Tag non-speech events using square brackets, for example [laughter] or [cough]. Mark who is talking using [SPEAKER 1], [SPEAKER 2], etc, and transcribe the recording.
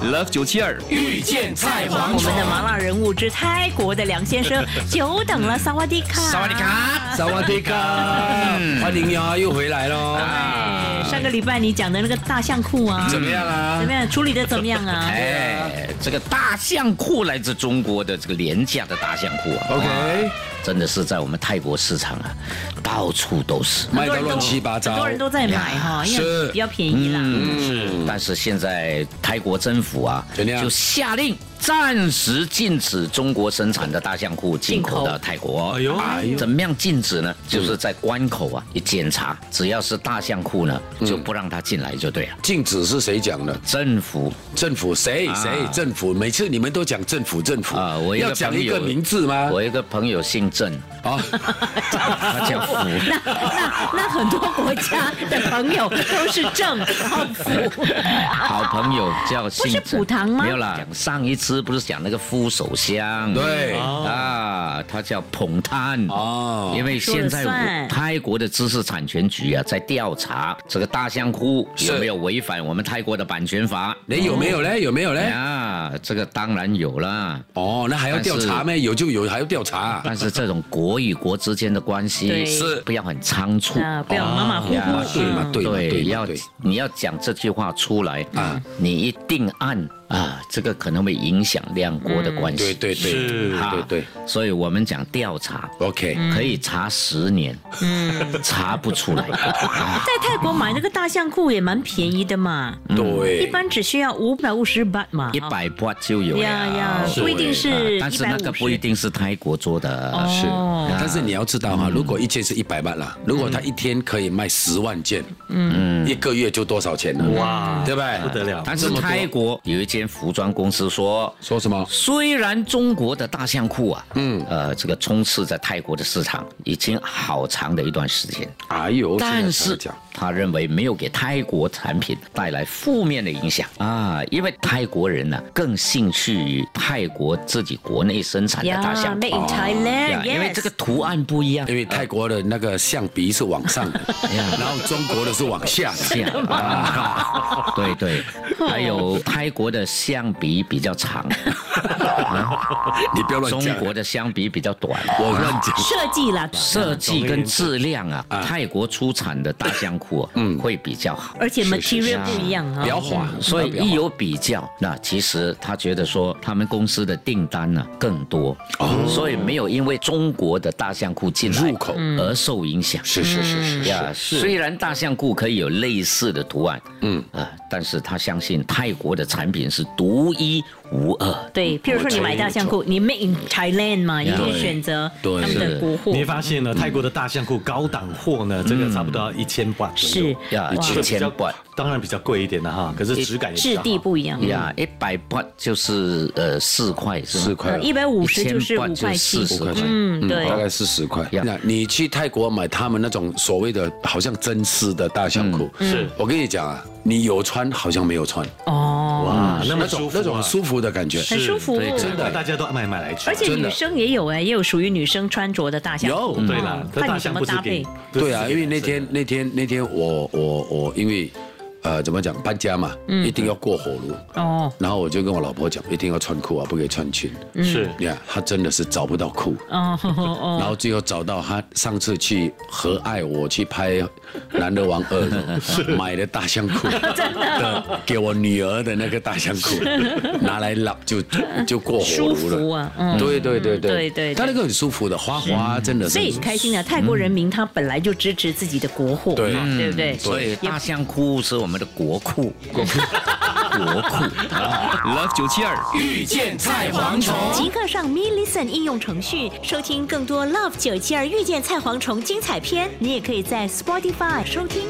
[SPEAKER 1] Love 九七二遇见菜
[SPEAKER 2] 我们的麻辣人物之泰国的梁先
[SPEAKER 3] [laughs]
[SPEAKER 2] 生，久等了，萨瓦迪卡，
[SPEAKER 1] 萨瓦迪卡，
[SPEAKER 4] 萨瓦迪卡，
[SPEAKER 3] 嗯
[SPEAKER 4] 欢迎呀，又回来喽。
[SPEAKER 3] 啊
[SPEAKER 2] 哎。上个礼拜你讲的那个大象裤啊，
[SPEAKER 3] 嗯
[SPEAKER 1] 怎么样啊
[SPEAKER 2] 怎？么样处理的怎么样啊？
[SPEAKER 3] [laughs] 哎，这个大象裤来自中国的这个廉价的大象裤啊
[SPEAKER 4] OK
[SPEAKER 3] 哇真的是在我们泰国市场啊，到处都是。
[SPEAKER 4] 卖到乱七八糟，
[SPEAKER 2] 很多人都在买哈，因为
[SPEAKER 4] 是
[SPEAKER 2] 比较便宜啦。
[SPEAKER 3] 哎嗯，但是现在泰国政府啊，
[SPEAKER 4] 怎样
[SPEAKER 3] 就下令暂时禁止中国生产的大象裤进口
[SPEAKER 2] 进口
[SPEAKER 3] 到泰国。
[SPEAKER 4] 哎呦
[SPEAKER 3] 啊怎么样禁止呢？就是在关口啊，一检查，只要是大象裤呢，就不让它进来就对了。
[SPEAKER 4] 禁止是谁讲的？
[SPEAKER 3] 政府
[SPEAKER 4] 政府谁谁政府？每次你们都讲政府政府
[SPEAKER 3] 啊，我一个
[SPEAKER 4] 要讲
[SPEAKER 3] 朋
[SPEAKER 4] 一
[SPEAKER 3] 友
[SPEAKER 4] 个名字吗？
[SPEAKER 3] 我一个朋友姓郑， [laughs]
[SPEAKER 4] 啊，
[SPEAKER 3] 他叫福。
[SPEAKER 2] 那那那很多国家的朋友都是
[SPEAKER 3] [laughs]
[SPEAKER 2] 正靠谱，
[SPEAKER 3] 好朋友叫姓
[SPEAKER 2] 不是普堂吗
[SPEAKER 3] 没有啦，上一次不是讲那个副首相？
[SPEAKER 4] 对
[SPEAKER 3] 啊，他叫彭坦
[SPEAKER 4] 哦
[SPEAKER 3] 因为现在
[SPEAKER 2] 说了算
[SPEAKER 3] 我泰国的知识产权局啊在调查这个大象窟
[SPEAKER 4] 是
[SPEAKER 3] 有没有违反我们泰国的版权法。
[SPEAKER 4] 你有没有嘞？有没有嘞？
[SPEAKER 3] 啊，这个当然有啦。
[SPEAKER 4] 哦，那还要调查咩？有就有，还要调查啊？
[SPEAKER 3] 但是这种国与国之间的关
[SPEAKER 2] 对
[SPEAKER 3] 系
[SPEAKER 4] 是
[SPEAKER 3] 不要很仓促，
[SPEAKER 2] 啊，不要马马虎
[SPEAKER 3] 呀
[SPEAKER 2] 虎。
[SPEAKER 4] 对嘛，对嘛，对嘛，
[SPEAKER 3] 要
[SPEAKER 4] 对。
[SPEAKER 3] 你要讲这句话出来
[SPEAKER 4] 啊
[SPEAKER 3] 啊，你一定按啊，这个可能会影响两国的关
[SPEAKER 4] 对嗯
[SPEAKER 3] 系。
[SPEAKER 4] 对对，对对
[SPEAKER 3] 所以我们讲调查，
[SPEAKER 4] ，OK，
[SPEAKER 2] 嗯
[SPEAKER 3] 可以查十年，查不出
[SPEAKER 2] [laughs]
[SPEAKER 3] 来。啊
[SPEAKER 2] 在泰国买那个大象裤也蛮便宜的嘛，
[SPEAKER 4] 对，
[SPEAKER 2] 一般只需要五百五十巴嘛，
[SPEAKER 3] 一百八就有
[SPEAKER 2] 呀呀
[SPEAKER 3] 了，
[SPEAKER 4] 哦
[SPEAKER 2] 不一定是
[SPEAKER 3] 啊但是那个
[SPEAKER 2] 150
[SPEAKER 3] 不一定是泰国做的，
[SPEAKER 2] 是哦
[SPEAKER 4] 但是你要知道哈，如果一件是一百万啦，如果他一天可以卖十万件，嗯，一个月就多少钱呢？哇，对不对？不得了
[SPEAKER 3] 但是泰国有一间服装公司说，
[SPEAKER 4] 说什么？
[SPEAKER 3] 虽然中国的大象裤啊，嗯，呃，这个充斥在泰国的市场已经好长的一段时间，
[SPEAKER 4] 哎呦，
[SPEAKER 3] 但
[SPEAKER 4] 现在才
[SPEAKER 3] 是
[SPEAKER 4] 讲
[SPEAKER 3] 他认为没有给泰国产品带来负面的影响啊，因为泰国人呢、更兴趣于泰国自己国内生产的
[SPEAKER 2] 呀
[SPEAKER 3] 大象
[SPEAKER 2] ，Made
[SPEAKER 3] 裤。
[SPEAKER 2] in
[SPEAKER 3] 呀
[SPEAKER 2] Thailand，
[SPEAKER 3] 因为这个
[SPEAKER 2] yes。
[SPEAKER 3] 图案不一样，
[SPEAKER 4] 因为泰国的那个象鼻是往上 [laughs] 的，然后中国的是往下的。
[SPEAKER 3] 这样啊， [laughs] 对对，还有泰国的象鼻比较长，
[SPEAKER 4] 你不要乱
[SPEAKER 3] 中
[SPEAKER 4] 讲，
[SPEAKER 3] 国的象鼻比较短。
[SPEAKER 4] 啊我乱讲。
[SPEAKER 2] 设计啦，
[SPEAKER 3] 设计跟质量啊，泰国出产的大象裤啊，嗯，会比较好。
[SPEAKER 2] 而且
[SPEAKER 4] 是是
[SPEAKER 2] material 不一样啊，
[SPEAKER 4] 不要滑，
[SPEAKER 3] 所以
[SPEAKER 4] 不要
[SPEAKER 3] 一
[SPEAKER 4] 滑
[SPEAKER 3] 有比较，那其实他觉得说他们公司的订单呢更多，所以没有因为中国的大象裤进来
[SPEAKER 4] 哦入口
[SPEAKER 2] 嗯
[SPEAKER 3] 而受影响。
[SPEAKER 4] 是是是是是，
[SPEAKER 3] 呀，虽然大象裤可以有类似的图案，嗯啊，但是他相信泰国的产品是独一无二。
[SPEAKER 4] 嗯
[SPEAKER 2] 对，譬如说你买大象裤，你 Made in Thailand 嘛，一定选择
[SPEAKER 4] 对
[SPEAKER 2] 他们的国货
[SPEAKER 5] 你。会发现呢，泰国的大象裤高档货呢，这个差不多要一千八左右，
[SPEAKER 2] 是
[SPEAKER 3] 呀，
[SPEAKER 2] 哇
[SPEAKER 3] 一千
[SPEAKER 5] 比
[SPEAKER 3] 八
[SPEAKER 5] 较当然比较贵一点的哈，可是质感也比较
[SPEAKER 2] 质
[SPEAKER 5] 好
[SPEAKER 2] 地不一
[SPEAKER 4] 嗯
[SPEAKER 2] 样，
[SPEAKER 3] 呀，一百八就是呃四块是吗？
[SPEAKER 4] 四块
[SPEAKER 2] 嗯一百五十就是
[SPEAKER 3] 1000
[SPEAKER 2] 五块七
[SPEAKER 3] 就40
[SPEAKER 4] 五块钱，
[SPEAKER 2] 嗯对
[SPEAKER 4] 大概是十块。
[SPEAKER 3] 呀
[SPEAKER 4] 那你去泰国买他们那种所谓的好像真丝的大象裤，
[SPEAKER 5] 是
[SPEAKER 4] 我跟你讲啊，你有穿好像没有穿，
[SPEAKER 2] 哦，
[SPEAKER 5] 哇，那
[SPEAKER 4] 那
[SPEAKER 5] 么
[SPEAKER 4] 种
[SPEAKER 5] 舒服啊
[SPEAKER 4] 那种舒服的感觉。
[SPEAKER 2] 很
[SPEAKER 5] 是
[SPEAKER 2] 舒服，
[SPEAKER 3] 对真
[SPEAKER 5] 那大家都买买来穿，
[SPEAKER 2] 而且
[SPEAKER 4] 真的
[SPEAKER 2] 女生也有哎，也有属于女生穿着的大象
[SPEAKER 4] 有
[SPEAKER 2] 裤，
[SPEAKER 5] 对
[SPEAKER 2] 哦
[SPEAKER 5] 啦，这
[SPEAKER 2] 看
[SPEAKER 5] 大
[SPEAKER 2] 你怎
[SPEAKER 5] 象
[SPEAKER 2] 么
[SPEAKER 5] 不是
[SPEAKER 2] 搭
[SPEAKER 5] 给
[SPEAKER 2] 配。
[SPEAKER 5] 不是
[SPEAKER 4] 对啊，
[SPEAKER 5] 给
[SPEAKER 4] 因为
[SPEAKER 5] 女
[SPEAKER 4] 那
[SPEAKER 5] 生
[SPEAKER 4] 天那天那天我我我因为呃怎么讲搬家嘛，
[SPEAKER 2] 嗯
[SPEAKER 4] 一定要过火炉，
[SPEAKER 2] 哦，
[SPEAKER 4] 然后我就跟我老婆讲，一定要穿裤啊，不可以穿裙。
[SPEAKER 5] 是
[SPEAKER 4] 你看她真的是找不到裤，
[SPEAKER 2] 嗯哦 [laughs] 哦哦，
[SPEAKER 4] 然后最后找到她上次去和爱我去拍《男的王二》的时
[SPEAKER 2] [laughs]
[SPEAKER 4] 候买的大象裤，真的给我女儿的那个大象
[SPEAKER 2] [laughs]
[SPEAKER 4] 裤拿来拉就就过火
[SPEAKER 2] 舒
[SPEAKER 4] 炉
[SPEAKER 2] 服
[SPEAKER 4] 了。
[SPEAKER 2] 啊，嗯。
[SPEAKER 4] 对对对
[SPEAKER 2] 嗯对对对嗯
[SPEAKER 4] 它那个很舒服的，花花真的是
[SPEAKER 2] 所以很开心啊！泰国人民他本来就支持自己的国货，
[SPEAKER 4] 嗯对
[SPEAKER 2] 嘛对不对？
[SPEAKER 3] 嗯所以大象裤是我们的国裤，国裤，国裤。Love 九七二遇见菜蝗虫。
[SPEAKER 2] 即刻上 Me Listen 应用程序收听更多 Love 九七二遇见菜蝗虫精彩片，你也可以在 Spotify 收听。